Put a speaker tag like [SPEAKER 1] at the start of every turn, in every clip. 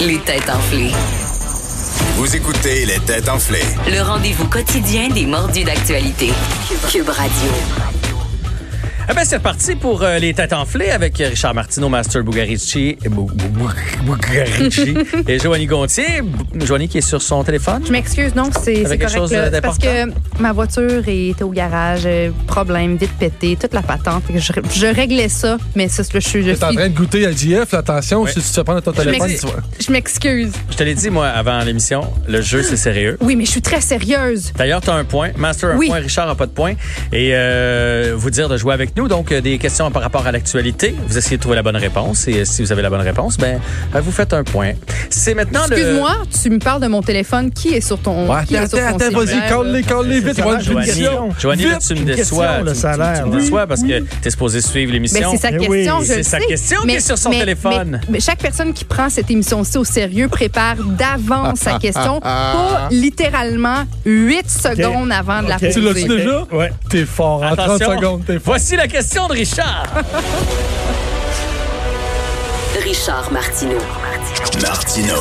[SPEAKER 1] Les têtes enflées.
[SPEAKER 2] Vous écoutez les têtes enflées.
[SPEAKER 1] Le rendez-vous quotidien des mordus d'actualité. Cube Radio.
[SPEAKER 3] Ah ben c'est reparti pour euh, les têtes enflées avec Richard Martineau, Master Bugarici, euh, et Bou- Bou- Bou- Bugarici et Joanie Gontier. Bou- Joanie qui est sur son téléphone.
[SPEAKER 4] Je m'excuse, non, c'est
[SPEAKER 3] T'avais
[SPEAKER 4] c'est
[SPEAKER 3] quelque
[SPEAKER 4] correct.
[SPEAKER 3] chose euh,
[SPEAKER 4] là.
[SPEAKER 3] d'important?
[SPEAKER 4] parce que ma voiture était au garage, euh, problème, vite pété, toute la patente. Fait que Je, je réglais ça, mais ça, c'est le- je suis. Je,
[SPEAKER 5] T'es en
[SPEAKER 4] suis-
[SPEAKER 5] train de goûter à JF, attention,
[SPEAKER 3] Oui.
[SPEAKER 5] si tu te prends ton
[SPEAKER 4] je
[SPEAKER 5] téléphone,
[SPEAKER 4] m'ex-
[SPEAKER 5] tu vois.
[SPEAKER 4] je m'excuse.
[SPEAKER 3] Je te l'ai dit, moi, avant l'émission, le jeu, c'est sérieux.
[SPEAKER 4] Oui, mais je suis très sérieuse.
[SPEAKER 3] D'ailleurs, tu as un point. Master a un
[SPEAKER 4] Oui.
[SPEAKER 3] point, Richard n'a pas de point. Et euh, vous dire de jouer avec nous. Donc, euh, des questions par rapport à l'actualité. Vous essayez de trouver la bonne réponse. Et euh, si vous avez la bonne réponse, ben, euh, vous faites un point. C'est maintenant le...
[SPEAKER 4] Excuse-moi, tu me parles de mon téléphone. Qui est sur ton.
[SPEAKER 5] Ouais,
[SPEAKER 4] qui est
[SPEAKER 5] attends,
[SPEAKER 4] sur ton
[SPEAKER 5] attends, vas-y,
[SPEAKER 4] cellulaire, là?
[SPEAKER 5] colle-les, colle-les vite, il va
[SPEAKER 6] salaire,
[SPEAKER 5] une
[SPEAKER 3] Joanie,
[SPEAKER 5] punition.
[SPEAKER 3] Joanie, là,
[SPEAKER 5] Vite!
[SPEAKER 3] tu me
[SPEAKER 6] Une question,
[SPEAKER 3] déçois.
[SPEAKER 6] le
[SPEAKER 3] Tu- tu-
[SPEAKER 6] salaire,
[SPEAKER 3] tu me
[SPEAKER 6] là.
[SPEAKER 3] déçois parce que tu es supposé suivre
[SPEAKER 4] Ben,
[SPEAKER 3] l'émission.
[SPEAKER 4] c'est sa
[SPEAKER 6] Eh oui,
[SPEAKER 4] question, je
[SPEAKER 3] c'est
[SPEAKER 4] le
[SPEAKER 3] sa
[SPEAKER 4] sais.
[SPEAKER 3] question qui est sur son téléphone.
[SPEAKER 4] mais- mais chaque personne qui prend cette émission-ci au sérieux prépare d'avance sa question,
[SPEAKER 3] Ah.
[SPEAKER 4] pas littéralement 8 secondes avant de la
[SPEAKER 6] Ok.
[SPEAKER 4] poser.
[SPEAKER 5] Tu l'as-tu
[SPEAKER 6] Ok.
[SPEAKER 5] déjà?
[SPEAKER 6] Ouais.
[SPEAKER 5] T'es fort, hein. en 30
[SPEAKER 3] Attention.
[SPEAKER 5] secondes, t'es fort.
[SPEAKER 3] Voici la question de Richard.
[SPEAKER 1] Richard Martineau.
[SPEAKER 2] Martino.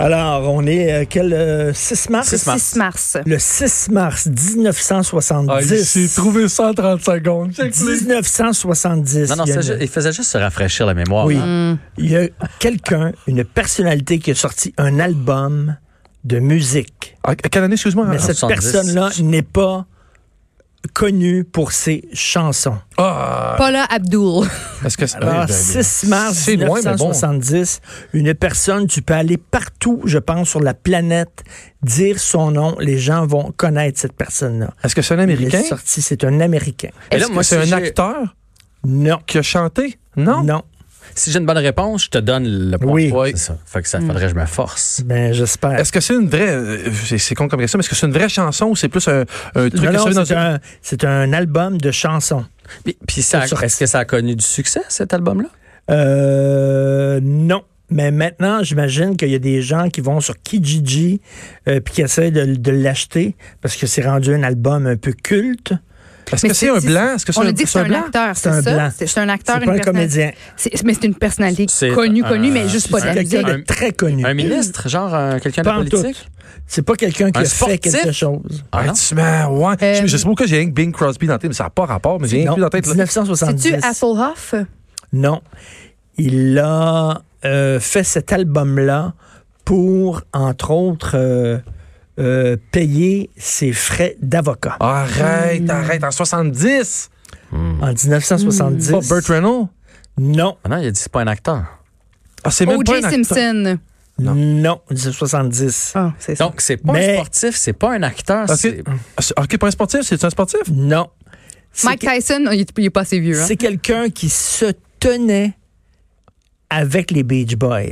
[SPEAKER 6] Alors, on est euh, quel euh, 6 mars?
[SPEAKER 3] 6 mars.
[SPEAKER 4] 6 mars.
[SPEAKER 6] Le 6 mars
[SPEAKER 5] Ah, il
[SPEAKER 6] 1970.
[SPEAKER 5] s'est trouvé ça en 30 secondes. Check les-
[SPEAKER 6] 1970.
[SPEAKER 3] Non, non,
[SPEAKER 6] il y a
[SPEAKER 3] ça,
[SPEAKER 6] une-
[SPEAKER 3] il faisait juste se rafraîchir la mémoire.
[SPEAKER 6] Oui.
[SPEAKER 3] hein.
[SPEAKER 6] Il y a quelqu'un, une personnalité qui a sorti un album de musique.
[SPEAKER 5] Ah, Quelle année, excuse-moi?
[SPEAKER 6] Mais
[SPEAKER 5] hein?
[SPEAKER 6] cette
[SPEAKER 3] 70.
[SPEAKER 6] personne-là n'est pas connue pour ses chansons.
[SPEAKER 5] Ah,
[SPEAKER 4] Paula Abdul.
[SPEAKER 5] est-ce que c'est...
[SPEAKER 6] Alors,
[SPEAKER 5] Eh ben,
[SPEAKER 6] 6 Ah, mars
[SPEAKER 5] c'est loin, mais bon.
[SPEAKER 6] 1970, une personne, tu peux aller partout, je pense, sur la planète, dire son nom, les gens vont connaître cette personne-là.
[SPEAKER 5] Est-ce que c'est un
[SPEAKER 6] Il
[SPEAKER 5] Américain?
[SPEAKER 6] est sorti, c'est un Américain.
[SPEAKER 3] Et
[SPEAKER 5] Est-ce
[SPEAKER 3] là,
[SPEAKER 5] que
[SPEAKER 3] moi,
[SPEAKER 5] c'est
[SPEAKER 3] si
[SPEAKER 5] un
[SPEAKER 3] j'ai-
[SPEAKER 5] acteur
[SPEAKER 6] Non.
[SPEAKER 5] qui a chanté? Non?
[SPEAKER 6] Non.
[SPEAKER 3] Si j'ai une bonne réponse, je te donne le point.
[SPEAKER 6] Oui.
[SPEAKER 3] C'est ça. Fait que ça faudrait que je me force.
[SPEAKER 5] Mm.
[SPEAKER 6] Ben, j'espère.
[SPEAKER 5] Est-ce que c'est une vraie... euh, C'est c'est con comme question, mais est-ce que c'est une vraie chanson ou c'est plus un, un truc
[SPEAKER 6] Non,
[SPEAKER 5] qui est
[SPEAKER 6] non,
[SPEAKER 5] sorti dans
[SPEAKER 6] c'est
[SPEAKER 5] une-
[SPEAKER 6] un, c'est un album de chansons.
[SPEAKER 3] Puis, puis ça,
[SPEAKER 6] C'est sorti.
[SPEAKER 3] est-ce que ça a connu du succès, cet album-là?
[SPEAKER 6] Euh, non. Mais maintenant, j'imagine qu'il y a des gens qui vont sur Kijiji euh, puis qui essaient de, de l'acheter parce que c'est rendu un album un peu culte.
[SPEAKER 5] Est-ce que c'est un blanc? Est-ce que c'est
[SPEAKER 4] On
[SPEAKER 5] un,
[SPEAKER 4] a dit que
[SPEAKER 5] c'est
[SPEAKER 4] c'est
[SPEAKER 5] un
[SPEAKER 4] un
[SPEAKER 5] blanc?
[SPEAKER 4] acteur,
[SPEAKER 6] C'est un
[SPEAKER 4] c'est ça?
[SPEAKER 6] blanc.
[SPEAKER 4] C'est c'est un acteur,
[SPEAKER 6] C'est pas
[SPEAKER 4] une
[SPEAKER 6] un
[SPEAKER 4] personnali-
[SPEAKER 6] comédien.
[SPEAKER 4] C'est- Mais c'est une personnalité
[SPEAKER 3] C'est
[SPEAKER 4] connue,
[SPEAKER 3] un-
[SPEAKER 4] connue, mais juste pas de la
[SPEAKER 3] c'est
[SPEAKER 6] Quelqu'un
[SPEAKER 4] musique.
[SPEAKER 6] de très connu.
[SPEAKER 3] Un ministre, genre euh, quelqu'un de
[SPEAKER 6] Pas en
[SPEAKER 3] politique?
[SPEAKER 6] C'est pas quelqu'un qui
[SPEAKER 3] Un
[SPEAKER 6] a
[SPEAKER 3] sportif?
[SPEAKER 6] fait quelque chose.
[SPEAKER 3] Ah,
[SPEAKER 5] Ah,
[SPEAKER 3] non?
[SPEAKER 5] tu m'as- ouais.
[SPEAKER 4] Euh,
[SPEAKER 5] Je- je sais pas pourquoi j'ai rien que Bing Crosby dans la tête, mais ça n'a pas rapport, mais j'ai rien que
[SPEAKER 6] Non,
[SPEAKER 5] lui dans la tête. là.
[SPEAKER 4] C'est-tu
[SPEAKER 6] 1970.
[SPEAKER 4] Hasselhoff?
[SPEAKER 6] Non. Il a euh, fait cet album-là pour, entre autres, euh, euh, payer ses frais d'avocat.
[SPEAKER 5] Ah. Arrête, arrête, en 70.
[SPEAKER 6] En 1970.
[SPEAKER 5] Pas Burt Reynolds.
[SPEAKER 6] Non,
[SPEAKER 3] Ah non, il a dit c'est pas un acteur.
[SPEAKER 5] Ah, c'est même pas un
[SPEAKER 4] O.J.
[SPEAKER 5] acteur.
[SPEAKER 4] Simpson.
[SPEAKER 6] non, 1970.
[SPEAKER 4] Ah, c'est ça.
[SPEAKER 3] Donc, c'est pas un
[SPEAKER 6] Mais-
[SPEAKER 3] sportif, c'est pas un acteur.
[SPEAKER 5] Ah,
[SPEAKER 3] c'est-
[SPEAKER 5] c'est- ah, c'est- ok, pas un sportif, c'est un sportif?
[SPEAKER 6] Non. C'est
[SPEAKER 4] Mike
[SPEAKER 6] que-
[SPEAKER 4] Tyson, il est- il est pas assez vieux. hein.
[SPEAKER 6] C'est quelqu'un qui se tenait avec les Beach Boys.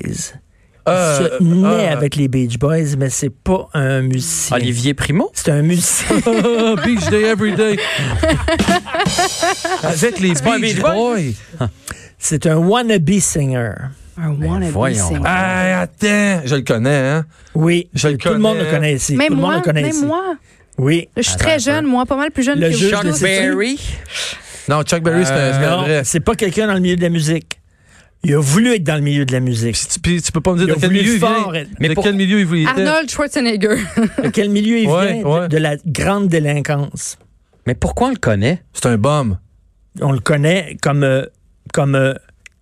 [SPEAKER 6] il se
[SPEAKER 5] Euh,
[SPEAKER 6] tenait
[SPEAKER 5] euh,
[SPEAKER 6] avec les Beach Boys, mais c'est pas un musicien.
[SPEAKER 3] Olivier Primo?
[SPEAKER 6] C'est un musicien.
[SPEAKER 5] Ah, beach Day Every Day. Avec les
[SPEAKER 3] pas un
[SPEAKER 5] Beach
[SPEAKER 3] Beach Boy?
[SPEAKER 5] Boys.
[SPEAKER 6] c'est un wannabe singer.
[SPEAKER 4] Un wannabe
[SPEAKER 3] voyons.
[SPEAKER 4] singer.
[SPEAKER 5] Ah, attends, je le connais, hein.
[SPEAKER 6] Oui,
[SPEAKER 5] Je le
[SPEAKER 6] tout le monde
[SPEAKER 5] connais.
[SPEAKER 6] le connaît ici.
[SPEAKER 4] Même
[SPEAKER 6] tout le monde
[SPEAKER 4] moi,
[SPEAKER 6] le connaît
[SPEAKER 4] même
[SPEAKER 6] ici.
[SPEAKER 4] moi.
[SPEAKER 6] Oui.
[SPEAKER 4] Je suis
[SPEAKER 3] Attends un
[SPEAKER 4] très
[SPEAKER 3] peu.
[SPEAKER 4] jeune, moi, pas mal plus jeune
[SPEAKER 6] Le
[SPEAKER 4] que vous.
[SPEAKER 6] juge
[SPEAKER 4] Je
[SPEAKER 6] de Euh,
[SPEAKER 4] sais-
[SPEAKER 3] Berry?
[SPEAKER 5] Non, Chuck Berry, c'est un- c'est un
[SPEAKER 6] Non,
[SPEAKER 5] vrai.
[SPEAKER 6] c'est pas quelqu'un dans le milieu de la musique. Il a voulu être dans le milieu de la musique.
[SPEAKER 5] Puis tu, puis tu peux pas me dire
[SPEAKER 6] Il a
[SPEAKER 5] de quel
[SPEAKER 6] voulu
[SPEAKER 5] milieu il
[SPEAKER 6] fort,
[SPEAKER 5] vient.
[SPEAKER 3] mais
[SPEAKER 5] de
[SPEAKER 3] pour-
[SPEAKER 5] quel milieu il voulait.
[SPEAKER 4] Arnold Schwarzenegger.
[SPEAKER 6] De quel milieu il
[SPEAKER 5] Ouais,
[SPEAKER 6] vient?
[SPEAKER 5] ouais.
[SPEAKER 6] De la grande délinquance.
[SPEAKER 3] Mais pourquoi on le connaît?
[SPEAKER 5] C'est un bum.
[SPEAKER 6] On le connaît comme, euh, comme euh,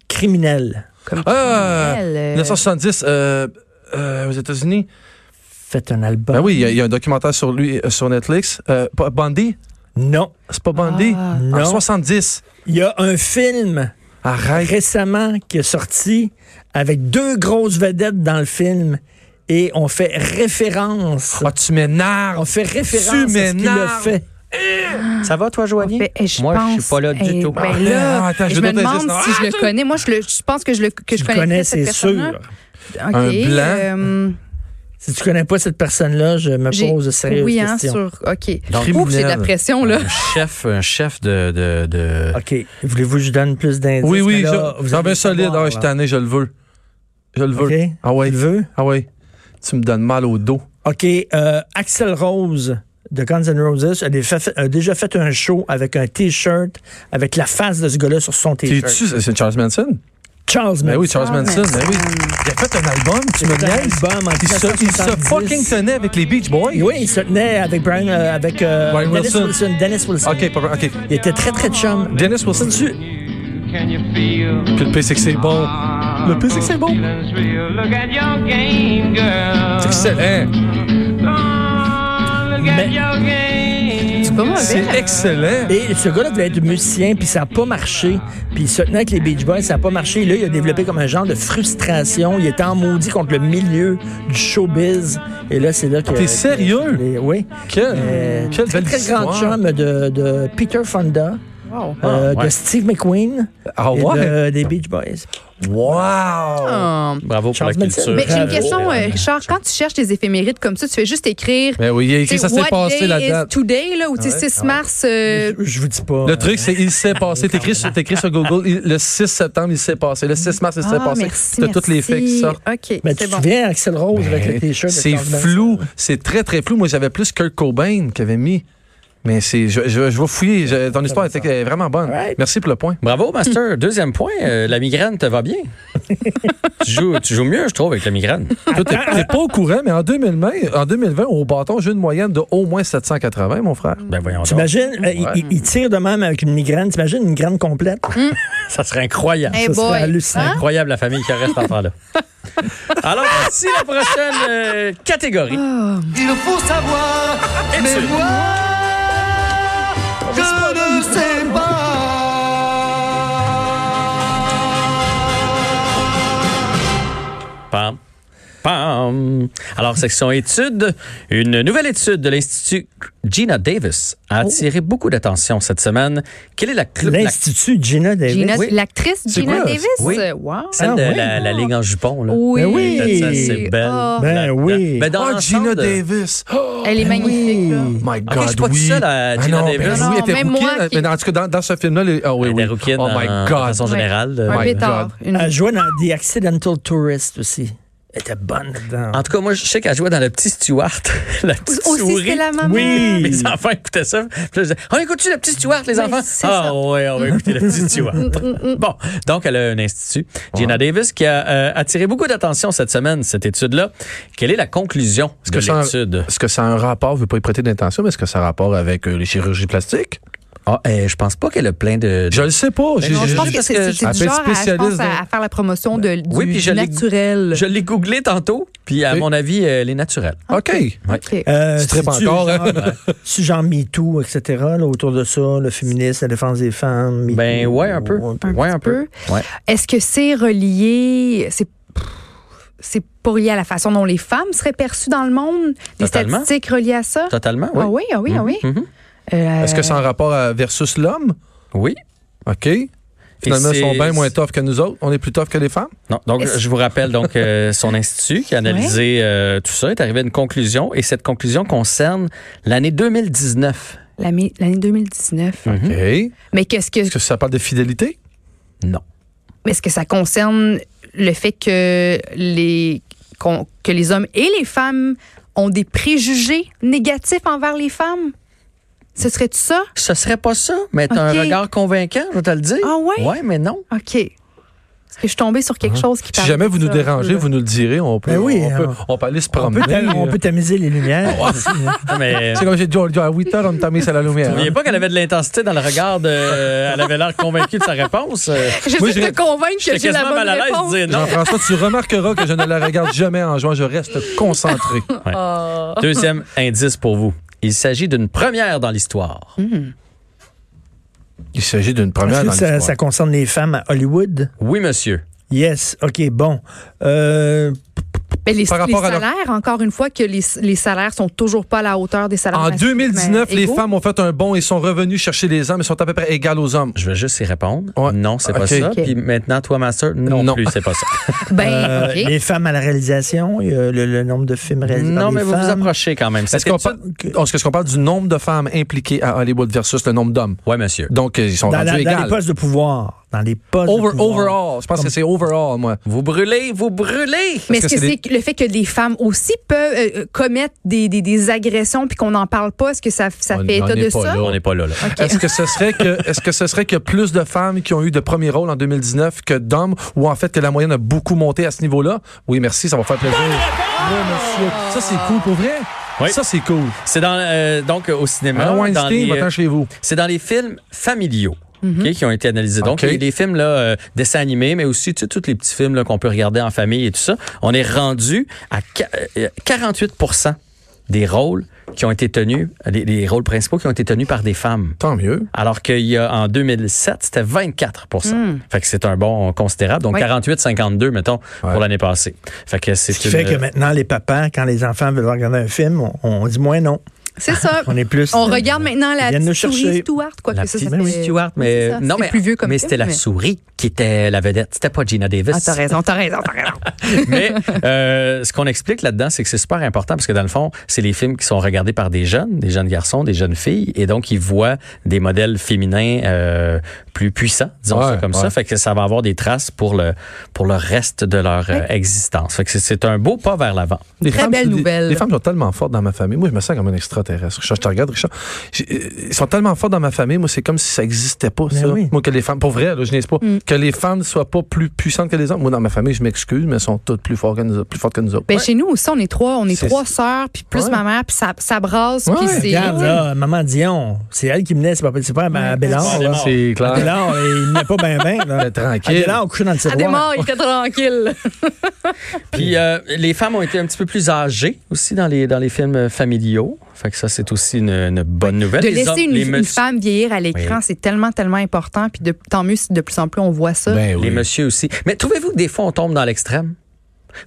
[SPEAKER 6] criminel.
[SPEAKER 5] Ah,
[SPEAKER 4] Elle, euh,
[SPEAKER 5] 1970, euh, euh, aux États-Unis.
[SPEAKER 6] Fait un album.
[SPEAKER 5] Ben oui, il y a- il y, a un documentaire sur lui euh, sur Netflix. Euh, pas- Bundy?
[SPEAKER 6] Non.
[SPEAKER 5] C'est pas Bundy?
[SPEAKER 4] Ah.
[SPEAKER 5] En
[SPEAKER 6] Non.
[SPEAKER 5] 70.
[SPEAKER 6] Il y a un film
[SPEAKER 5] Arrête.
[SPEAKER 6] récemment qui est sorti avec deux grosses vedettes dans le film et on fait référence.
[SPEAKER 5] Ah, tu m'énerves.
[SPEAKER 6] On fait référence
[SPEAKER 5] Tu
[SPEAKER 6] à ce qu'il a
[SPEAKER 5] m'énerves.
[SPEAKER 6] fait.
[SPEAKER 3] Ça va, toi, Joanie?
[SPEAKER 4] Ben, eh, je
[SPEAKER 3] Moi, je
[SPEAKER 4] pense,
[SPEAKER 3] suis pas là du
[SPEAKER 4] eh,
[SPEAKER 3] tout.
[SPEAKER 4] ben
[SPEAKER 5] Ah,
[SPEAKER 4] là,
[SPEAKER 5] attends, je
[SPEAKER 4] je, me
[SPEAKER 5] vais donner des
[SPEAKER 4] demande
[SPEAKER 5] noms.
[SPEAKER 4] si je le connais. Moi, je, le- je pense que je, le, que je
[SPEAKER 6] tu le
[SPEAKER 4] connais,
[SPEAKER 6] connais,
[SPEAKER 4] cette
[SPEAKER 6] c'est
[SPEAKER 4] personne-là.
[SPEAKER 6] sûr.
[SPEAKER 4] OK,
[SPEAKER 5] Un blanc.
[SPEAKER 4] euh,
[SPEAKER 6] Si tu connais pas cette personne-là, je me
[SPEAKER 4] j'ai-
[SPEAKER 6] pose de sérieuses
[SPEAKER 4] oui, hein,
[SPEAKER 6] questions.
[SPEAKER 4] sur. OK.
[SPEAKER 3] Donc,
[SPEAKER 4] Ouf, j'ai de la
[SPEAKER 5] criminel.
[SPEAKER 4] pression, là.
[SPEAKER 3] Un chef, un chef de... de, de-
[SPEAKER 5] Ah,
[SPEAKER 6] OK. Voulez-vous que je donne plus d'indices?
[SPEAKER 5] Oui, oui,
[SPEAKER 6] Mais là,
[SPEAKER 5] je-
[SPEAKER 6] vous
[SPEAKER 5] j'en
[SPEAKER 6] allez
[SPEAKER 5] veux un solide.
[SPEAKER 6] savoir,
[SPEAKER 5] Ah, je suis
[SPEAKER 6] là.
[SPEAKER 5] tanné, je le veux. Je le veux.
[SPEAKER 6] OK.
[SPEAKER 5] Ah ouais.
[SPEAKER 6] Tu le veux?
[SPEAKER 5] Ah ouais. Tu me donnes mal au dos.
[SPEAKER 6] OK, euh, Axel Rose de Guns N' Roses elle a, fait- a déjà fait un show avec un T-shirt avec la face de ce gars-là sur son
[SPEAKER 5] T'es-
[SPEAKER 6] T-shirt.
[SPEAKER 5] tu- C'est Charles Manson?
[SPEAKER 6] Charles
[SPEAKER 5] Ben oui,
[SPEAKER 6] Manson.
[SPEAKER 5] Charles Manson. Ben oui. Il a fait un album, tu me
[SPEAKER 6] Il a fait un
[SPEAKER 5] niaises?
[SPEAKER 6] album en
[SPEAKER 5] Il se, il se
[SPEAKER 6] 1970.
[SPEAKER 5] fucking tenait avec les Beach Boys.
[SPEAKER 6] Oui, il se tenait avec Brian, euh, avec euh,
[SPEAKER 5] Brian
[SPEAKER 6] Dennis
[SPEAKER 5] Wilson.
[SPEAKER 6] Wilson. Dennis Wilson.
[SPEAKER 5] OK, pas- OK.
[SPEAKER 6] Il était très, très chum.
[SPEAKER 5] Dennis Wilson, tu. Puis le pire, c'est que c'est bon. Le pire, c'est que c'est bon. C'est excellent.
[SPEAKER 4] C'est pas mauvais.
[SPEAKER 6] hein?
[SPEAKER 5] C'est excellent.
[SPEAKER 6] Et ce gars-là voulait être musicien, puis ça n'a pas marché. Puis il se tenait avec les Beach Boys, ça n'a pas marché. Et là, il a développé comme un genre de frustration. Il était en maudit contre le milieu du showbiz. Et là, c'est là que...
[SPEAKER 5] Ah, T'es sérieux?
[SPEAKER 6] Et- oui.
[SPEAKER 5] Quelle,
[SPEAKER 6] Euh,
[SPEAKER 5] quelle
[SPEAKER 6] très,
[SPEAKER 5] belle
[SPEAKER 6] très grand
[SPEAKER 5] histoire.
[SPEAKER 6] chum de, de Peter Fonda,
[SPEAKER 4] Wow.
[SPEAKER 6] euh,
[SPEAKER 3] ouais.
[SPEAKER 6] de Steve McQueen
[SPEAKER 5] Ah
[SPEAKER 6] et
[SPEAKER 5] ouais?
[SPEAKER 6] de- des Beach Boys.
[SPEAKER 5] Wow!
[SPEAKER 4] Ah.
[SPEAKER 3] Bravo pour
[SPEAKER 6] Charles
[SPEAKER 3] la
[SPEAKER 6] Manson.
[SPEAKER 3] culture.
[SPEAKER 4] Mais j'ai une
[SPEAKER 6] Bravo.
[SPEAKER 4] question, euh, Richard. Quand tu cherches des éphémérides comme ça, tu fais juste écrire.
[SPEAKER 5] Ben oui, il y a écrit,
[SPEAKER 4] tu sais,
[SPEAKER 5] ça s'est
[SPEAKER 4] What
[SPEAKER 5] passé
[SPEAKER 4] day
[SPEAKER 5] la
[SPEAKER 4] is
[SPEAKER 5] date.
[SPEAKER 4] Today, là, ou tu sais, 6 mars. euh,
[SPEAKER 6] Je vous dis pas.
[SPEAKER 5] Le truc, c'est il s'est passé. T'écris sur, t'écris sur Google, il- le 6 septembre, il s'est passé. Le 6 mars, il s'est
[SPEAKER 4] ah,
[SPEAKER 5] passé.
[SPEAKER 4] merci,
[SPEAKER 5] T'as toutes les faits qui
[SPEAKER 4] merci.
[SPEAKER 5] sortent.
[SPEAKER 4] OK,
[SPEAKER 6] Mais tu
[SPEAKER 4] c'est
[SPEAKER 6] te
[SPEAKER 4] bon.
[SPEAKER 6] souviens, Axel Rose avec le T-shirt. de
[SPEAKER 5] C'est
[SPEAKER 6] Charles Manson?
[SPEAKER 5] flou. C'est très, très flou. Moi, j'avais plus Kurt Cobain qui avait mis. Mais c'est, je, je, je vais fouiller. Je- ton histoire était euh, vraiment bonne.
[SPEAKER 6] Right.
[SPEAKER 5] Merci pour le point.
[SPEAKER 3] Bravo, Master. Deuxième point, euh, la migraine te va bien. tu, joues, tu joues mieux, je trouve, avec la migraine.
[SPEAKER 5] Toi, t'es, t'es pas au courant, mais en 2020, en 2020, au bâton, j'ai une moyenne de au moins 780, mon frère.
[SPEAKER 3] Ben voyons donc.
[SPEAKER 6] T'imagines, euh, il- il, il tire de même avec une migraine. T'imagines une migraine complète?
[SPEAKER 3] Ça serait incroyable.
[SPEAKER 4] Eh
[SPEAKER 6] Ça serait
[SPEAKER 4] Hum. boy.
[SPEAKER 6] hallucinant.
[SPEAKER 4] Hein?
[SPEAKER 3] Incroyable la famille qui reste enfant là. Alors, voici la prochaine euh, catégorie.
[SPEAKER 7] Oh. Il faut savoir, mais moi,
[SPEAKER 3] Oh,
[SPEAKER 7] je ne sais pas.
[SPEAKER 3] Pam. Pam. Alors, section études, une nouvelle étude de l'Institut Gina Davis a
[SPEAKER 7] Oh.
[SPEAKER 3] attiré beaucoup d'attention cette semaine. Quelle est la, cl- la-
[SPEAKER 6] L'Institut Gina Davis.
[SPEAKER 4] Gina-
[SPEAKER 3] Oui.
[SPEAKER 4] L'actrice
[SPEAKER 5] C'est
[SPEAKER 4] Gina
[SPEAKER 5] quoi?
[SPEAKER 4] Davis?
[SPEAKER 3] Oui.
[SPEAKER 4] Wow.
[SPEAKER 3] celle
[SPEAKER 6] Ah,
[SPEAKER 3] de
[SPEAKER 6] oui.
[SPEAKER 3] la, la Ligue en jupon, là?
[SPEAKER 4] Oui.
[SPEAKER 6] Ben oui.
[SPEAKER 3] Ça, c'est belle.
[SPEAKER 4] Ah.
[SPEAKER 6] Ben
[SPEAKER 3] Là-dedans.
[SPEAKER 6] oui.
[SPEAKER 3] Mais dans
[SPEAKER 5] Ah, Gina
[SPEAKER 3] l'ensemble,
[SPEAKER 5] Davis. Oh,
[SPEAKER 4] Elle est magnifique, là.
[SPEAKER 5] My God,
[SPEAKER 3] Ah, je suis pas tout
[SPEAKER 5] oui.
[SPEAKER 3] seul à
[SPEAKER 5] Ah
[SPEAKER 3] Gina
[SPEAKER 5] non,
[SPEAKER 3] Davis.
[SPEAKER 5] ben
[SPEAKER 4] Non,
[SPEAKER 5] oui, elle était
[SPEAKER 4] même moi
[SPEAKER 5] rouquine.
[SPEAKER 4] qui-
[SPEAKER 5] Mais en tout cas, dans, dans ce film-là, les- ah oui,
[SPEAKER 3] Elle
[SPEAKER 5] oui.
[SPEAKER 3] était rouquine
[SPEAKER 5] Oh my
[SPEAKER 3] en- de
[SPEAKER 5] God.
[SPEAKER 3] façon générale, euh,
[SPEAKER 4] Un
[SPEAKER 5] my
[SPEAKER 4] pétard.
[SPEAKER 5] God.
[SPEAKER 4] Une-
[SPEAKER 6] Elle jouait dans The Accidental Tourist aussi. Elle était bonne dedans.
[SPEAKER 3] En tout cas, moi, je sais qu'elle jouait dans le petit Stewart, la petite
[SPEAKER 4] Aussi,
[SPEAKER 3] souris.
[SPEAKER 4] c'est la maman.
[SPEAKER 6] Oui.
[SPEAKER 3] Mes enfants écoutaient ça. Puis là, je disais, on écoute-tu le petit Stewart, les
[SPEAKER 4] Oui,
[SPEAKER 3] enfants?
[SPEAKER 4] c'est
[SPEAKER 3] Ah
[SPEAKER 4] ça.
[SPEAKER 3] ouais, on va écouter le petit Stewart. bon, donc elle a un institut, Gina Davis, qui a euh, attiré beaucoup d'attention cette semaine, cette étude-là. Quelle est la conclusion
[SPEAKER 5] Est-ce
[SPEAKER 3] de
[SPEAKER 5] que, ça a,
[SPEAKER 3] l'étude?
[SPEAKER 5] est-ce que ça a un rapport, je ne veux pas y prêter d'intention, mais est-ce que ça a un rapport avec euh, les chirurgies plastiques?
[SPEAKER 3] Ah, euh, je pense pas qu'elle a plein de... de-
[SPEAKER 5] Je le sais pas. J'ai-
[SPEAKER 4] Non, je
[SPEAKER 5] j'ai-
[SPEAKER 4] pense
[SPEAKER 5] j'ai-
[SPEAKER 4] que c'est c'est
[SPEAKER 5] Appelle
[SPEAKER 4] du genre à, je
[SPEAKER 5] spécialiste
[SPEAKER 4] pense, à,
[SPEAKER 5] dans-
[SPEAKER 4] à faire la promotion de, du
[SPEAKER 3] Oui, puis je l'ai-
[SPEAKER 4] naturel.
[SPEAKER 3] Je l'ai googlé tantôt, puis à
[SPEAKER 5] Oui.
[SPEAKER 3] mon avis, euh, elle est naturelle.
[SPEAKER 5] OK.
[SPEAKER 4] OK.
[SPEAKER 6] Euh,
[SPEAKER 5] Tu tripes
[SPEAKER 6] c'est-tu
[SPEAKER 5] encore,
[SPEAKER 6] genre-
[SPEAKER 5] hein?
[SPEAKER 6] C'est genre MeToo, etc., là, autour de ça, le féminisme, la défense des femmes. Me
[SPEAKER 3] Ben
[SPEAKER 6] Too,
[SPEAKER 3] ouais, un peu. Ouais, un peu. Ouais.
[SPEAKER 4] Est-ce que c'est relié... C'est pff, c'est pas relié à la façon dont les femmes seraient perçues dans le monde? Des
[SPEAKER 3] Totalement.
[SPEAKER 4] statistiques reliées à ça?
[SPEAKER 3] Totalement, oui.
[SPEAKER 4] Ah oui, ah oui, ah oui.
[SPEAKER 3] Mhm.
[SPEAKER 4] Euh,
[SPEAKER 5] Est-ce que ça a un rapport à- versus l'homme?
[SPEAKER 3] Oui.
[SPEAKER 5] OK. Finalement,
[SPEAKER 3] Et
[SPEAKER 5] ils
[SPEAKER 3] c'est-
[SPEAKER 5] sont bien moins tough que nous autres. On est plus tough que les femmes.
[SPEAKER 3] Non, donc
[SPEAKER 4] Est-ce-
[SPEAKER 3] je vous rappelle donc euh, son institut qui a analysé euh, tout ça est arrivé à une conclusion et cette conclusion concerne l'année 2019.
[SPEAKER 4] l'année l'année 2019.
[SPEAKER 3] Mhm.
[SPEAKER 5] OK. Est-ce
[SPEAKER 4] Mais qu'est-ce que
[SPEAKER 5] que ça parle de fidélité?
[SPEAKER 3] Non.
[SPEAKER 4] Mais est-ce que ça concerne le fait que les, qu'on- que les hommes et les femmes ont des préjugés négatifs envers les femmes? Ce serait tout ça?
[SPEAKER 3] Ce serait pas ça, mais t'as
[SPEAKER 4] Ok.
[SPEAKER 3] un regard convaincant, je vais te le dire.
[SPEAKER 4] Ah ouais?
[SPEAKER 3] Ouais, mais non.
[SPEAKER 4] OK. Est-ce que je suis tombée sur
[SPEAKER 3] Ah.
[SPEAKER 4] quelque chose qui
[SPEAKER 5] Si
[SPEAKER 4] parle
[SPEAKER 5] jamais
[SPEAKER 4] de
[SPEAKER 5] vous nous
[SPEAKER 4] ça?
[SPEAKER 5] dérangez, vous nous le direz. On peut,
[SPEAKER 6] Ben oui,
[SPEAKER 5] on,
[SPEAKER 6] hein.
[SPEAKER 5] peut, on peut aller se
[SPEAKER 6] On peut,
[SPEAKER 5] promener. euh.
[SPEAKER 6] tam- on peut tamiser les lumières.
[SPEAKER 3] Non, Ah, Mais
[SPEAKER 5] C'est comme j'ai dit, on- à 8 heures, on tamise à la lumière.
[SPEAKER 3] n'oubliez
[SPEAKER 5] hein.
[SPEAKER 3] pas qu'elle avait de l'intensité dans le regard de. euh, elle avait l'air convaincue de sa réponse. Euh,
[SPEAKER 4] Je
[SPEAKER 3] moi,
[SPEAKER 4] vais te convaincre que
[SPEAKER 3] J'étais
[SPEAKER 4] j'ai la
[SPEAKER 3] quasiment
[SPEAKER 4] bonne
[SPEAKER 3] mal à l'aise
[SPEAKER 4] réponse.
[SPEAKER 3] de dire non.
[SPEAKER 5] Jean-François, tu remarqueras que je ne la regarde jamais en juin. Je reste concentré.
[SPEAKER 3] Deuxième indice pour vous. Il s'agit d'une première dans l'histoire.
[SPEAKER 4] Hmm?
[SPEAKER 5] Il s'agit d'une
[SPEAKER 6] Est-ce
[SPEAKER 5] première
[SPEAKER 6] que
[SPEAKER 5] dans
[SPEAKER 6] ça,
[SPEAKER 5] l'histoire.
[SPEAKER 6] ça concerne les femmes à Hollywood?
[SPEAKER 3] Oui, monsieur.
[SPEAKER 6] Yes. OK, bon. Euh,
[SPEAKER 4] Mais Ben, les,
[SPEAKER 5] Par
[SPEAKER 4] les
[SPEAKER 5] rapport à leur-
[SPEAKER 4] salaires, encore une fois, que les, les salaires sont toujours pas à la hauteur des salaires.
[SPEAKER 5] En
[SPEAKER 4] masculins,
[SPEAKER 5] 2019,
[SPEAKER 4] mais
[SPEAKER 5] les
[SPEAKER 4] égaux.
[SPEAKER 5] femmes ont fait un bond et sont revenus chercher les hommes et sont à peu près égales aux hommes.
[SPEAKER 3] Je vais juste y répondre.
[SPEAKER 5] Ouais.
[SPEAKER 3] Non, c'est pas
[SPEAKER 5] Ok.
[SPEAKER 3] ça.
[SPEAKER 5] Ok.
[SPEAKER 3] Puis maintenant, toi, Master, non,
[SPEAKER 5] Non.
[SPEAKER 3] plus, c'est pas ça.
[SPEAKER 4] Ben,
[SPEAKER 6] euh,
[SPEAKER 4] OK.
[SPEAKER 6] Les femmes à la réalisation, il y a le, le nombre de films réalisés. par
[SPEAKER 3] non,
[SPEAKER 6] des
[SPEAKER 3] mais vous vous
[SPEAKER 6] femmes.
[SPEAKER 3] approchez quand même.
[SPEAKER 5] Est-ce
[SPEAKER 3] C'était
[SPEAKER 5] qu'on
[SPEAKER 3] une-
[SPEAKER 5] parle, est-ce qu'on parle du nombre de femmes impliquées à Hollywood versus le nombre d'hommes?
[SPEAKER 3] Ouais, monsieur.
[SPEAKER 5] Donc, euh, ils sont
[SPEAKER 6] Dans,
[SPEAKER 5] rendus
[SPEAKER 6] la- dans les
[SPEAKER 5] égales.
[SPEAKER 6] postes de pouvoir. dans les postes. de
[SPEAKER 5] Over-
[SPEAKER 6] pouvoir.
[SPEAKER 5] overall, je pense que c'est overall, moi.
[SPEAKER 3] Vous brûlez, vous brûlez!
[SPEAKER 4] Mais
[SPEAKER 5] Parce
[SPEAKER 4] est-ce
[SPEAKER 5] que
[SPEAKER 4] que
[SPEAKER 5] c'est
[SPEAKER 4] c'est le fait que des femmes aussi peuvent euh, euh, commettre des, des, des agressions puis qu'on n'en parle pas? Est-ce que ça, ça
[SPEAKER 5] On-
[SPEAKER 4] fait
[SPEAKER 5] on
[SPEAKER 4] état
[SPEAKER 5] est
[SPEAKER 4] de
[SPEAKER 5] pas
[SPEAKER 4] ça?
[SPEAKER 5] là.
[SPEAKER 3] On n'est pas là, là.
[SPEAKER 5] Est-ce que ce serait que est-ce que ce serait que plus de femmes qui ont eu de premiers rôles en 2019 que d'hommes ou en fait que la moyenne a beaucoup monté à ce niveau-là Oui, merci, ça va faire plaisir. Oui, monsieur. Ça c'est cool pour vrai.
[SPEAKER 3] Oui.
[SPEAKER 5] Ça c'est cool.
[SPEAKER 3] C'est dans, euh, donc euh, au cinéma.
[SPEAKER 5] Alain
[SPEAKER 3] dans les,
[SPEAKER 5] Ah, Weinstein,
[SPEAKER 3] euh,
[SPEAKER 5] va-t'en chez vous.
[SPEAKER 3] C'est dans les films familiaux. ok, qui ont été analysés. Donc,
[SPEAKER 5] Ok.
[SPEAKER 3] il y a des films, là, euh, dessins animés, mais aussi, tu sais, tous les petits films là, qu'on peut regarder en famille et tout ça. On est rendu à qua- euh, 48 des rôles qui ont été tenus, les, les rôles principaux qui ont été tenus par des femmes.
[SPEAKER 5] Tant mieux.
[SPEAKER 3] Alors qu'il y a, en 2007, c'était 24 Fait que c'est un bond considérable. Donc,
[SPEAKER 4] Hmm. Oui.
[SPEAKER 3] 48-52, mettons,
[SPEAKER 5] Ouais.
[SPEAKER 3] pour l'année passée. Fait que c'est
[SPEAKER 6] Ce qui
[SPEAKER 3] une-
[SPEAKER 6] fait
[SPEAKER 5] euh,
[SPEAKER 6] que maintenant, les papas, quand les enfants veulent regarder un film, on, on dit moins non.
[SPEAKER 4] C'est ça.
[SPEAKER 6] On est plus.
[SPEAKER 4] On regarde maintenant la
[SPEAKER 6] Ils viennent
[SPEAKER 4] petite
[SPEAKER 6] nous chercher.
[SPEAKER 4] souris Stewart, quoi
[SPEAKER 3] La
[SPEAKER 4] que ça,
[SPEAKER 3] petite
[SPEAKER 4] ça fait-
[SPEAKER 3] Stewart,
[SPEAKER 4] Oui,
[SPEAKER 3] mais
[SPEAKER 4] c'est ça.
[SPEAKER 3] non,
[SPEAKER 4] C'est
[SPEAKER 3] mais,
[SPEAKER 4] plus vieux comme
[SPEAKER 3] mais
[SPEAKER 4] film,
[SPEAKER 3] c'était la
[SPEAKER 4] mais-
[SPEAKER 3] souris qui était la vedette. C'était pas Gina Davis.
[SPEAKER 4] Ah, t'as raison, t'as raison, t'as raison.
[SPEAKER 3] mais euh, ce qu'on explique là-dedans, c'est que c'est super important parce que dans le fond, c'est les films qui sont regardés par des jeunes, des jeunes garçons, des jeunes filles, et donc ils voient des modèles féminins euh, plus puissants, disons ça
[SPEAKER 5] Ouais,
[SPEAKER 3] comme
[SPEAKER 5] ouais.
[SPEAKER 3] ça. Fait que ça va avoir des traces pour le pour le reste de leur euh, existence. Fait que c'est- c'est un beau pas vers l'avant.
[SPEAKER 5] Des
[SPEAKER 4] Très
[SPEAKER 5] femmes-
[SPEAKER 4] belle
[SPEAKER 5] des-
[SPEAKER 4] nouvelle.
[SPEAKER 5] Les femmes sont tellement fortes dans ma famille. Moi, je me sens comme un extraterrestre. Richard, je te regarde, Richard. J'ai- euh, Ils sont tellement forts dans ma famille. Moi, c'est comme si ça n'existait pas,
[SPEAKER 4] Ben
[SPEAKER 6] Mais
[SPEAKER 5] ça.
[SPEAKER 6] oui.
[SPEAKER 5] Moi, que les femmes, pour vrai, là, je n'ai pas,
[SPEAKER 4] Mm.
[SPEAKER 5] que les femmes ne soient pas plus puissantes que les hommes. Moi, dans ma famille, je m'excuse, mais elles sont toutes plus fortes que nous, autres- plus fortes que nous autres.
[SPEAKER 4] Ben, Chez nous aussi, on est trois, on est
[SPEAKER 5] C'est-
[SPEAKER 4] trois sœurs, puis plus
[SPEAKER 5] Ouais.
[SPEAKER 4] ma mère, puis ça, ça brasse,
[SPEAKER 5] Ouais,
[SPEAKER 4] puis c'est...
[SPEAKER 6] Regarde, là, maman Dion, c'est elle qui menait, c'est pas, c'est pas à Bélard.
[SPEAKER 3] Ouais,
[SPEAKER 6] là.
[SPEAKER 5] Ah, C'est
[SPEAKER 6] À
[SPEAKER 5] clair.
[SPEAKER 6] Bélard, il n'est pas bien bien. là.
[SPEAKER 5] Ben, tranquille.
[SPEAKER 6] À Bélard, on couchait dans le
[SPEAKER 4] À Ah, des
[SPEAKER 6] tiroir.
[SPEAKER 4] morts, il était tranquille.
[SPEAKER 3] Puis euh, les femmes ont été un petit peu plus âgées aussi dans les dans les films euh, familiaux. Fait que ça c'est aussi une, une bonne nouvelle.
[SPEAKER 4] De
[SPEAKER 3] Les hommes-
[SPEAKER 4] laisser une,
[SPEAKER 3] les
[SPEAKER 4] une
[SPEAKER 3] messieurs-
[SPEAKER 4] femme vieillir à l'écran, c'est tellement, tellement important. Puis de, tant mieux si de plus en plus on voit ça.
[SPEAKER 6] Eh
[SPEAKER 5] Ben oui.
[SPEAKER 3] Les messieurs aussi. Mais trouvez-vous que des fois, on tombe dans l'extrême?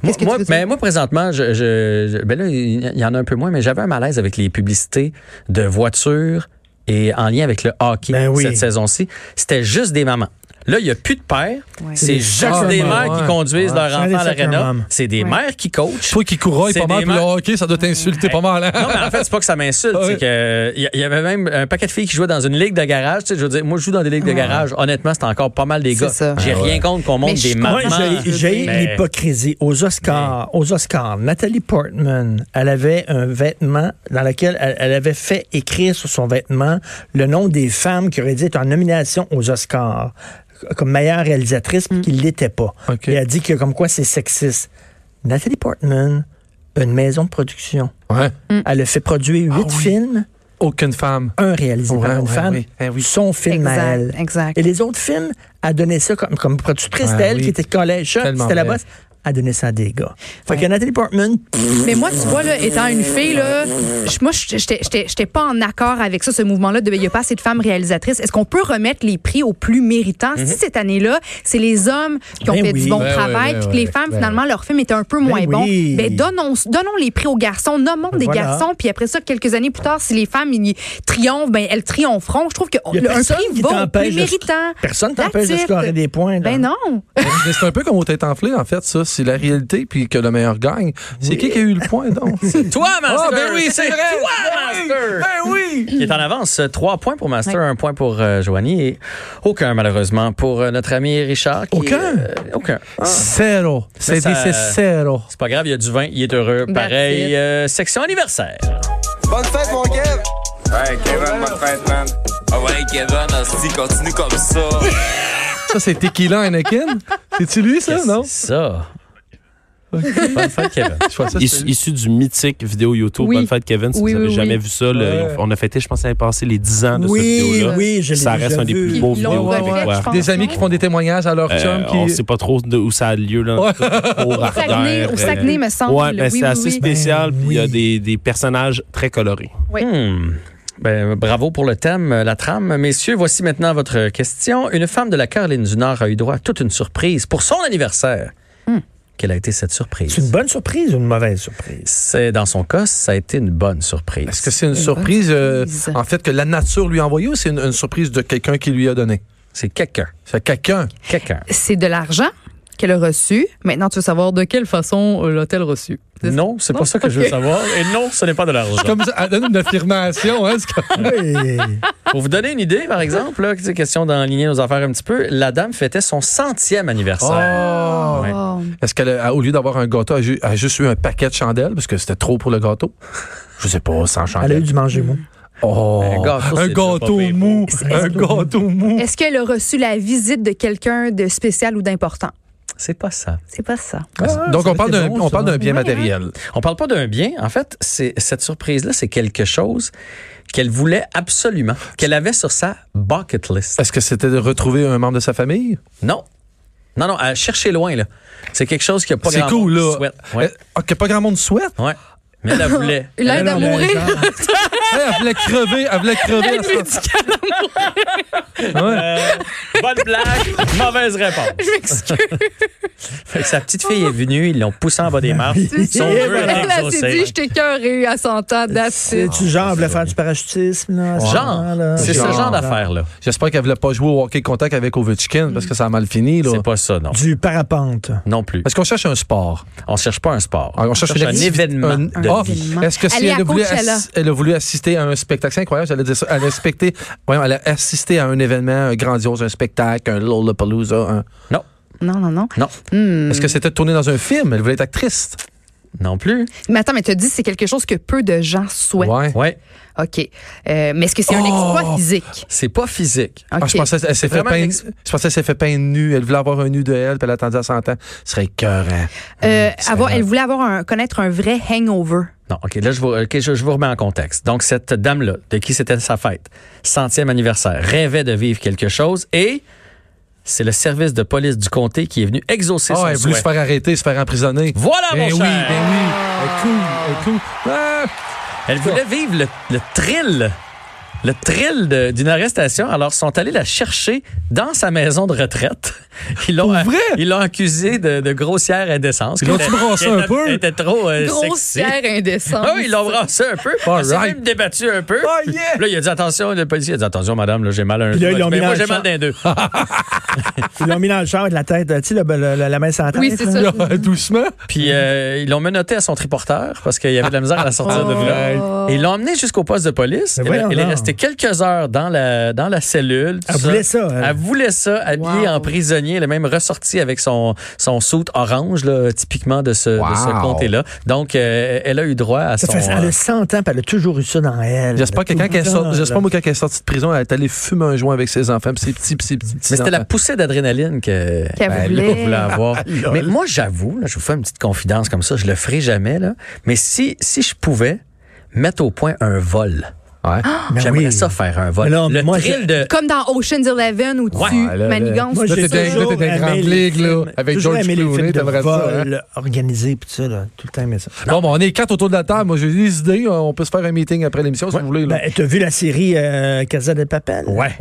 [SPEAKER 3] Moi,
[SPEAKER 4] Qu'est-ce que
[SPEAKER 3] moi-
[SPEAKER 4] tu veux dire?
[SPEAKER 3] mais moi, présentement, je, je- je- ben là, il y en a un peu moins, mais j'avais un malaise avec les publicités de voitures et en lien avec le hockey
[SPEAKER 6] Ben oui.
[SPEAKER 3] cette saison-ci. C'était juste des mamans. Là, il n'y a plus de pères.
[SPEAKER 4] Ouais.
[SPEAKER 3] C'est
[SPEAKER 6] des
[SPEAKER 3] juste
[SPEAKER 5] soccer
[SPEAKER 3] des
[SPEAKER 5] moms,
[SPEAKER 3] mères qui
[SPEAKER 5] ouais.
[SPEAKER 3] conduisent
[SPEAKER 6] Ouais,
[SPEAKER 3] leurs
[SPEAKER 6] c'est des
[SPEAKER 3] enfants à
[SPEAKER 6] soccer
[SPEAKER 3] l'aréna.
[SPEAKER 6] moms.
[SPEAKER 3] C'est des
[SPEAKER 4] Ouais.
[SPEAKER 3] mères qui coachent.
[SPEAKER 5] Toi qui couraille
[SPEAKER 3] C'est
[SPEAKER 5] pas mal,
[SPEAKER 3] des
[SPEAKER 5] puis le
[SPEAKER 3] mar-
[SPEAKER 5] hockey, ça doit t'insulter pas mal. hein?
[SPEAKER 3] Non, mais en fait, c'est pas que ça m'insulte.
[SPEAKER 5] Ah oui.
[SPEAKER 3] C'est que il y, y avait même un paquet de filles qui jouaient dans une ligue de garage. Tu sais, je veux dire, moi, je joue dans des ligues de garage. Honnêtement, c'est encore pas mal des
[SPEAKER 4] Ah. C'est
[SPEAKER 3] gars.
[SPEAKER 4] ça.
[SPEAKER 3] J'ai
[SPEAKER 6] Ah
[SPEAKER 3] rien contre qu'on monte
[SPEAKER 4] je
[SPEAKER 3] des
[SPEAKER 4] suis
[SPEAKER 3] mamans.
[SPEAKER 6] Moi, j'ai- j'ai
[SPEAKER 3] Mais-
[SPEAKER 6] l'hypocrisie. Aux Oscars, aux Oscars, Nathalie Portman, elle avait un vêtement dans lequel elle, elle avait fait écrire sur son vêtement le nom des femmes qui auraient dû être en nomination aux Oscars comme meilleure réalisatrice, puis qui ne l'étaient pas.
[SPEAKER 5] Mm. OK.
[SPEAKER 6] Et elle dit que comme quoi c'est sexiste. Nathalie Portman, une maison de production.
[SPEAKER 5] Ouais.
[SPEAKER 6] Elle a fait produire huit
[SPEAKER 5] Mm. Ah oui.
[SPEAKER 6] films,
[SPEAKER 5] Aucune femme.
[SPEAKER 6] un réalisé par
[SPEAKER 5] Ouais,
[SPEAKER 6] une
[SPEAKER 5] ouais,
[SPEAKER 6] femme,
[SPEAKER 5] oui. Eh oui.
[SPEAKER 6] son film à elle.
[SPEAKER 4] Exact, exact.
[SPEAKER 6] Et les autres films, elle donnait ça comme, comme productrice,
[SPEAKER 5] Ah
[SPEAKER 6] c'était elle
[SPEAKER 5] oui.
[SPEAKER 6] qui était collège, ça,
[SPEAKER 5] Tellement
[SPEAKER 6] c'était la
[SPEAKER 5] vrai.
[SPEAKER 6] bosse, elle donnait ça à des gars. Fait
[SPEAKER 4] Ouais.
[SPEAKER 6] que Nathalie Portman,
[SPEAKER 4] Mais moi, tu vois, là, étant une fille, là, je- moi, je- j'étais j'étais- j'étais pas en accord avec ça, ce mouvement-là de il n'y a pas assez de femmes réalisatrices. Est-ce qu'on peut remettre les prix aux plus méritants? Si cette année-là, c'est les hommes qui ont
[SPEAKER 6] Mhm. Ben
[SPEAKER 4] fait
[SPEAKER 6] oui.
[SPEAKER 4] du bon
[SPEAKER 5] Ben oui,
[SPEAKER 4] travail,
[SPEAKER 5] ben
[SPEAKER 4] puis que
[SPEAKER 5] oui,
[SPEAKER 4] les femmes,
[SPEAKER 5] ben
[SPEAKER 4] finalement, leur film était un peu moins
[SPEAKER 6] oui.
[SPEAKER 4] bon, ben donnons, donnons les prix aux garçons, nommons des
[SPEAKER 6] Voilà.
[SPEAKER 4] garçons, puis après ça, quelques années plus tard, si les femmes ils triomphe, ben elles triompheront. Je trouve que
[SPEAKER 6] il y a
[SPEAKER 4] le- un
[SPEAKER 6] personne
[SPEAKER 4] prix
[SPEAKER 6] qui
[SPEAKER 4] va aux plus
[SPEAKER 6] t'empêche de,
[SPEAKER 4] méritants.
[SPEAKER 6] personne t'empêche de
[SPEAKER 4] That's it.
[SPEAKER 6] scorer des points. là.
[SPEAKER 4] Ben non.
[SPEAKER 5] Mais c'est un peu comme aux têtes enflées, en fait, ça. C'est la réalité, puis que le meilleur gagne. C'est qui qui a eu le point, donc?
[SPEAKER 3] Toi, Master!
[SPEAKER 5] Ah, ben oui, c'est vrai!
[SPEAKER 3] Toi, Master! Ben oui! Qui est en avance. euh, Trois points pour Master, un point pour euh, Joanie et aucun, malheureusement, pour euh, notre ami Richard. qui-
[SPEAKER 5] Aucun?
[SPEAKER 3] euh, aucun.
[SPEAKER 5] Ah. Zéro. C'est
[SPEAKER 3] Mais ça- euh,
[SPEAKER 5] dit, c'est zéro.
[SPEAKER 3] C'est pas grave, il y a du vin, il est heureux.
[SPEAKER 4] That's
[SPEAKER 3] Pareil,
[SPEAKER 4] it.
[SPEAKER 3] euh, section anniversaire.
[SPEAKER 8] Bonne fête, mon Kev!
[SPEAKER 2] Ouais, Kevin, bonne fête, man.
[SPEAKER 8] Ah ouais, Kevin, aussi, continue comme ça.
[SPEAKER 5] Ça, c'est Tequila Anakin. C'est-tu lui, ça,
[SPEAKER 3] Qu'est-ce
[SPEAKER 5] non?
[SPEAKER 3] que c'est Ça. Bonne fête, Kevin.
[SPEAKER 5] Je vois ça, c'est
[SPEAKER 9] Issu,
[SPEAKER 5] lui.
[SPEAKER 9] issu du mythique vidéo YouTube.
[SPEAKER 4] Oui.
[SPEAKER 9] Bonne fête, Kevin. Si
[SPEAKER 4] Oui,
[SPEAKER 9] vous avez
[SPEAKER 4] oui,
[SPEAKER 9] jamais
[SPEAKER 4] oui.
[SPEAKER 9] vu ça, là,
[SPEAKER 5] Ouais.
[SPEAKER 9] Euh, on a fêté, je pense, l'année passée, les 10 ans de cette
[SPEAKER 6] oui,
[SPEAKER 9] vidéo-là.
[SPEAKER 6] oui, je l'ai
[SPEAKER 9] Ça reste
[SPEAKER 6] déjà
[SPEAKER 9] un des
[SPEAKER 6] vu.
[SPEAKER 9] plus beaux
[SPEAKER 4] Ils l'ont
[SPEAKER 9] vidéos
[SPEAKER 4] refait,
[SPEAKER 9] québécois.
[SPEAKER 4] je pense.
[SPEAKER 5] Des amis qui font des témoignages à leur
[SPEAKER 9] Euh,
[SPEAKER 5] chum.
[SPEAKER 9] On
[SPEAKER 5] Qui...
[SPEAKER 9] sait pas trop de- où ça a lieu. Là, au euh,
[SPEAKER 4] Saguenay, au Saguenay, me semble.
[SPEAKER 9] Ouais, mais
[SPEAKER 4] Oui,
[SPEAKER 9] c'est
[SPEAKER 4] oui,
[SPEAKER 9] assez
[SPEAKER 4] oui.
[SPEAKER 9] spécial.
[SPEAKER 6] Ben
[SPEAKER 9] puis Il y a
[SPEAKER 6] oui.
[SPEAKER 9] des, des personnages très colorés.
[SPEAKER 3] Hmm. Ben, bravo pour le thème, euh, la trame. Messieurs, voici maintenant votre question. Une femme de la Caroline du Nord a eu droit à toute une surprise pour son anniversaire.
[SPEAKER 4] Hmm.
[SPEAKER 3] Quelle a été cette surprise?
[SPEAKER 6] C'est une bonne surprise ou une mauvaise surprise?
[SPEAKER 3] C'est dans son cas, ça a été une bonne surprise.
[SPEAKER 5] Est-ce que c'est une surprise, euh,
[SPEAKER 4] surprise.
[SPEAKER 5] en fait, que la nature lui a envoyée ou c'est une, une surprise de quelqu'un qui lui a donné?
[SPEAKER 3] c'est quelqu'un
[SPEAKER 5] C'est quelqu'un.
[SPEAKER 3] Quelqu'un.
[SPEAKER 4] C'est de l'argent qu'elle a reçu. Maintenant, tu veux savoir de quelle façon euh, l'a-t-elle reçu? C'est ça?
[SPEAKER 3] Non, c'est pas ça que je veux
[SPEAKER 4] Ok.
[SPEAKER 3] savoir. Et non, ce n'est pas de l'argent.
[SPEAKER 5] Comme ça, elle donne une affirmation. Hein, c'est comme-
[SPEAKER 3] Pour vous donner une idée, par exemple, là, c'est question d'enligner nos affaires un petit peu, la dame fêtait son centième anniversaire.
[SPEAKER 5] Oh.
[SPEAKER 3] Ouais.
[SPEAKER 4] Oh.
[SPEAKER 5] Est-ce qu'elle, a- au lieu d'avoir un gâteau, elle a ju- elle a juste eu un paquet de chandelles parce que c'était trop pour le gâteau? Je sais pas, sans
[SPEAKER 6] Elle a eu
[SPEAKER 5] chandelles.
[SPEAKER 6] du manger mou.
[SPEAKER 5] Oh,
[SPEAKER 3] Un gâteau, c'est déjà pas pire
[SPEAKER 5] mou. Un gâteau mou.
[SPEAKER 4] Est-ce qu'elle a reçu la visite de quelqu'un de spécial ou d'important?
[SPEAKER 3] C'est pas ça.
[SPEAKER 4] C'est pas ça.
[SPEAKER 6] Ah,
[SPEAKER 5] Donc,
[SPEAKER 6] ça
[SPEAKER 5] on parle
[SPEAKER 6] doit être
[SPEAKER 5] d'un
[SPEAKER 6] bon,
[SPEAKER 5] on
[SPEAKER 6] ça.
[SPEAKER 5] parle d'un bien matériel.
[SPEAKER 3] On parle pas d'un bien. En fait, c'est cette surprise-là, c'est quelque chose qu'elle voulait absolument, qu'elle avait sur sa bucket list.
[SPEAKER 5] Est-ce que c'était de retrouver un membre de sa famille?
[SPEAKER 3] Non. Non, non, à chercher loin, là. C'est quelque chose qui a pas
[SPEAKER 5] C'est
[SPEAKER 3] grand
[SPEAKER 5] cool,
[SPEAKER 3] monde qui
[SPEAKER 5] là.
[SPEAKER 3] souhaite. Ouais.
[SPEAKER 5] Euh, ah, que pas grand monde souhaite?
[SPEAKER 3] ouais. Mais elle la voulait.
[SPEAKER 4] L'aide à
[SPEAKER 6] Elle a
[SPEAKER 4] mourir.
[SPEAKER 6] raison.
[SPEAKER 5] Hey, elle voulait crever, elle voulait crever. à ça.
[SPEAKER 3] Euh, Bonne blague, mauvaise réponse. Je m'excuse. sa petite fille est venue, ils l'ont poussée en bas des marches. Son
[SPEAKER 6] Elle
[SPEAKER 3] vœu a été
[SPEAKER 4] Elle a s'est
[SPEAKER 3] exaucé.
[SPEAKER 4] dit, je t'ai cœuré à 100 ans, that's it.
[SPEAKER 6] C'est-tu genre, elle voulait faire du parachutisme, là? à
[SPEAKER 5] Oh
[SPEAKER 6] ce moment-là?
[SPEAKER 3] Genre, c'est ce genre d'affaire-là.
[SPEAKER 5] J'espère qu'elle voulait pas jouer au hockey contact avec Ovechkin parce que ça a mal fini. Là.
[SPEAKER 3] C'est pas ça, non.
[SPEAKER 6] Du parapente.
[SPEAKER 3] Non plus.
[SPEAKER 5] Est-ce qu'on cherche un sport?
[SPEAKER 3] On cherche pas un sport.
[SPEAKER 5] Alors, on cherche une
[SPEAKER 3] un
[SPEAKER 5] activité-
[SPEAKER 3] événement.
[SPEAKER 5] un-
[SPEAKER 3] de
[SPEAKER 5] Ah,
[SPEAKER 3] vie.
[SPEAKER 5] Est-ce que si
[SPEAKER 4] Aller
[SPEAKER 5] elle
[SPEAKER 4] à
[SPEAKER 5] a, voulu
[SPEAKER 4] Coachella.
[SPEAKER 5] assi- elle a voulu assister à un spectacle, c'est incroyable, j'allais dire ça. Elle a, respecté- voyons, elle a assisté à un événement un grandiose, un spectacle, un Lollapalooza. un-
[SPEAKER 3] Non,
[SPEAKER 4] Non, non, non.
[SPEAKER 3] non,
[SPEAKER 5] Est-ce que c'était tourné dans un film? Elle voulait être actrice.
[SPEAKER 3] non plus.
[SPEAKER 4] Mais attends, mais tu dis, c'est quelque chose que peu de gens souhaitent.
[SPEAKER 5] Ouais.
[SPEAKER 3] Ouais,
[SPEAKER 4] OK. Euh, mais est-ce que c'est un exploit physique?
[SPEAKER 3] c'est pas physique.
[SPEAKER 5] Ah, je
[SPEAKER 4] OK.
[SPEAKER 5] pensais qu'elle s'est fait
[SPEAKER 3] vraiment
[SPEAKER 5] peindre.
[SPEAKER 3] ex-
[SPEAKER 5] Je pensais qu'elle s'est fait peindre nue. Elle voulait avoir un nu de elle, puis elle attendait à 100 ans. Ce serait écœurant.
[SPEAKER 4] Euh, avoir- elle voulait avoir un, connaître un vrai hangover.
[SPEAKER 3] Non, OK, là, je vous, ok, je, je vous remets en contexte. Donc, cette dame-là, de qui c'était sa fête, centième anniversaire, rêvait de vivre quelque chose et c'est le service de police du comté qui est venu exaucer
[SPEAKER 5] Ah,
[SPEAKER 3] son
[SPEAKER 5] elle voulait
[SPEAKER 3] souhait.
[SPEAKER 5] se faire arrêter, se faire emprisonner.
[SPEAKER 3] Voilà, mon
[SPEAKER 5] Ben oui, ben oui.
[SPEAKER 3] cher!
[SPEAKER 5] Elle est cool, elle est cool. Ah!
[SPEAKER 3] Elle voulait vivre le, le thrill, le thrill de- d'une arrestation. Alors, sont allés la chercher dans sa maison de retraite. Ils l'ont,
[SPEAKER 5] vrai?
[SPEAKER 3] ils l'ont accusée de, de grossière indécence.
[SPEAKER 5] Ils l'ont-tu
[SPEAKER 3] Qu'elle-
[SPEAKER 5] brassée
[SPEAKER 3] qu'elle
[SPEAKER 5] un
[SPEAKER 3] était-
[SPEAKER 5] peu?
[SPEAKER 3] Elle était trop euh, sexy.
[SPEAKER 4] Grossière indécence.
[SPEAKER 3] Ah oui, ils l'ont brassé un peu. Elle s'est
[SPEAKER 5] Alright.
[SPEAKER 3] même débattu un peu.
[SPEAKER 5] Oh, yeah!
[SPEAKER 3] Puis Là, il a dit attention, le policier a dit attention, madame, là, j'ai mal à un
[SPEAKER 6] Puis là,
[SPEAKER 3] doigt.
[SPEAKER 6] ils l'ont
[SPEAKER 3] Mais
[SPEAKER 6] mis
[SPEAKER 3] moi,
[SPEAKER 6] dans
[SPEAKER 3] j'ai
[SPEAKER 6] le
[SPEAKER 3] mal
[SPEAKER 6] champ.
[SPEAKER 3] d'un deux.
[SPEAKER 6] Ils l'ont mis dans le char avec la tête, tu sais, le- le- le- la main sans tête.
[SPEAKER 4] Oui, c'est ça.
[SPEAKER 5] Doucement.
[SPEAKER 3] Puis
[SPEAKER 6] Mhm.
[SPEAKER 3] euh, ils l'ont menotté à son triporteur parce qu'il y avait de la misère à la sortir de là. Et ils l'ont emmené jusqu'au poste de police.
[SPEAKER 6] Oh. Mais
[SPEAKER 3] Elle,
[SPEAKER 6] voyons
[SPEAKER 3] elle est
[SPEAKER 6] donc.
[SPEAKER 3] restée quelques heures dans la, dans la cellule. tout
[SPEAKER 6] Elle voulait ça, elle.
[SPEAKER 3] Elle voulait ça, habillée en prisonnier. Elle est même ressortie avec son, son soute orange, là, typiquement de ce, de ce
[SPEAKER 5] Wow.
[SPEAKER 3] comté-là. Donc, euh, elle a eu droit à
[SPEAKER 6] Ça
[SPEAKER 3] son...
[SPEAKER 6] fait- elle
[SPEAKER 3] euh,
[SPEAKER 6] a 100 ans, puis elle a toujours eu ça dans elle.
[SPEAKER 5] J'espère que
[SPEAKER 6] Tout
[SPEAKER 5] quand
[SPEAKER 6] le
[SPEAKER 5] elle est
[SPEAKER 6] temps,
[SPEAKER 5] sorti,
[SPEAKER 6] là.
[SPEAKER 5] j'espère moi quand elle est sortie de prison, elle est allée fumer un joint avec ses enfants, puis ses petits, puis ses petits. petits
[SPEAKER 3] Mais c'était la
[SPEAKER 5] enfants.
[SPEAKER 3] poussée d'adrénaline que
[SPEAKER 4] Qu'elle
[SPEAKER 3] ben,
[SPEAKER 4] voulait.
[SPEAKER 3] Luc voulait avoir. mais moi, j'avoue, là, je vous fais une petite confidence comme ça, je le ferai jamais, là. Mais si, si je pouvais mettre au point un vol, Ah!
[SPEAKER 5] Ouais.
[SPEAKER 6] Ben
[SPEAKER 3] j'aimerais
[SPEAKER 6] oui.
[SPEAKER 3] ça faire un vol.
[SPEAKER 6] Mais non,
[SPEAKER 3] le
[SPEAKER 6] moi,
[SPEAKER 3] thrill
[SPEAKER 6] je-
[SPEAKER 3] de.
[SPEAKER 4] Comme dans Ocean's Eleven où tu
[SPEAKER 5] Ah, là, là.
[SPEAKER 4] manigances.
[SPEAKER 6] Moi,
[SPEAKER 5] Là,
[SPEAKER 6] j'ai
[SPEAKER 5] t'es dans-
[SPEAKER 6] toujours
[SPEAKER 5] t'es dans les grandes
[SPEAKER 6] aimé les
[SPEAKER 5] ligues, là,
[SPEAKER 6] films.
[SPEAKER 5] avec
[SPEAKER 6] Toujours
[SPEAKER 5] George
[SPEAKER 6] aimé les
[SPEAKER 5] Clooney,
[SPEAKER 6] films de
[SPEAKER 5] t'aimerais ça, hein?
[SPEAKER 6] vol organisé, puis tout ça, là. Tout le temps aimé ça.
[SPEAKER 5] Bon, ben, on est quatre autour de la table. Moi, j'ai des idées. On peut se faire un meeting après l'émission si vous voulez. là.
[SPEAKER 6] Ben, t'as vu la série euh, Casa de Papel?
[SPEAKER 3] Ouais.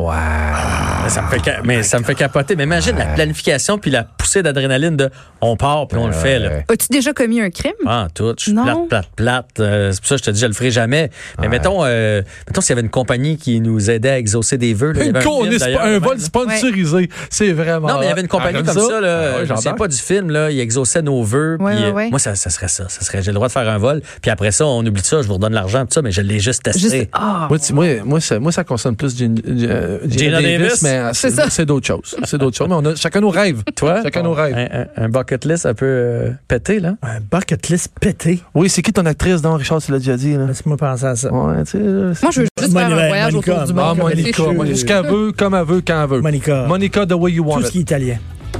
[SPEAKER 3] Ça me fait, ca- mais ça me fait capoter. Mais imagine la planification puis la poussée d'adrénaline de on part puis on le fait, là.
[SPEAKER 4] As-tu déjà commis un crime?
[SPEAKER 3] Ah, tout. Je suis
[SPEAKER 4] Non.
[SPEAKER 3] plate, plate, plate. Euh, c'est pour ça que je te dis, je le ferai jamais. Mais mettons, euh, mettons s'il y avait une compagnie qui nous aidait à exaucer des vœux. là, il y
[SPEAKER 5] Une
[SPEAKER 3] avait un
[SPEAKER 5] con-
[SPEAKER 3] film,
[SPEAKER 5] un,
[SPEAKER 3] d'ailleurs,
[SPEAKER 5] vol
[SPEAKER 3] là.
[SPEAKER 5] sponsorisé. C'est vraiment.
[SPEAKER 3] Non, mais il y avait une compagnie
[SPEAKER 5] Ah,
[SPEAKER 3] comme ça, là,
[SPEAKER 5] Ah, ouais,
[SPEAKER 3] je me souviens
[SPEAKER 5] j'embarque.
[SPEAKER 3] pas du film, là, il exauçait nos vœux.
[SPEAKER 4] Ouais,
[SPEAKER 3] puis,
[SPEAKER 4] ouais,
[SPEAKER 3] euh,
[SPEAKER 4] ouais.
[SPEAKER 3] Moi, ça, ça serait ça. ça serait, j'ai le droit de faire un vol. Puis après ça, on oublie ça, je vous redonne l'argent, tout ça, mais je l'ai juste testé.
[SPEAKER 4] Juste, ah,
[SPEAKER 5] Moi, tu- moi, moi, ça, moi, ça concerne plus Gin- euh, Gina,
[SPEAKER 3] Gina Davis.
[SPEAKER 5] Davis, mais euh, c'est,
[SPEAKER 4] ça.
[SPEAKER 5] c'est d'autres choses. C'est d'autres choses. Mais on a chacun nos rêves.
[SPEAKER 3] Toi,
[SPEAKER 5] Chacun nos rêves.
[SPEAKER 3] Un, un- un bucket list un peu euh, pété, là.
[SPEAKER 6] Un bucket list pété.
[SPEAKER 5] Oui, c'est qui ton actrice, donc, Richard, tu l'as déjà dit, là?
[SPEAKER 6] Laisse-moi penser à ça.
[SPEAKER 5] Ouais, tu sais, là, c'est-
[SPEAKER 4] Moi, je veux juste faire
[SPEAKER 6] Monica,
[SPEAKER 4] un voyage autour du
[SPEAKER 6] Monica,
[SPEAKER 5] Ah,
[SPEAKER 4] monde.
[SPEAKER 6] Monica,
[SPEAKER 4] C'est
[SPEAKER 5] Monica.
[SPEAKER 4] chaud.
[SPEAKER 5] Monica. Ce qu'elle veut, comme elle veut, quand elle veut.
[SPEAKER 6] Monica.
[SPEAKER 5] Monica, the way you want
[SPEAKER 6] Tout ce
[SPEAKER 5] it.
[SPEAKER 6] qui est italien.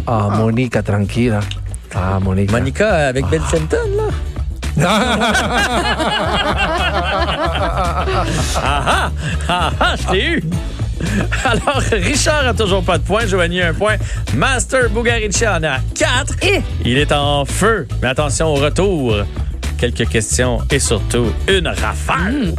[SPEAKER 5] Ah, Monica, tranquille. Ah, Monica.
[SPEAKER 3] Monica avec Ben Fenton, là. ah ah! Ah ah! Je t'ai eu! Alors, Richard a toujours pas de point. Joanie a un point. Master Bugarici en a quatre.
[SPEAKER 4] Eh!
[SPEAKER 3] Il est en feu. Mais attention au retour. Quelques questions et surtout une rafale.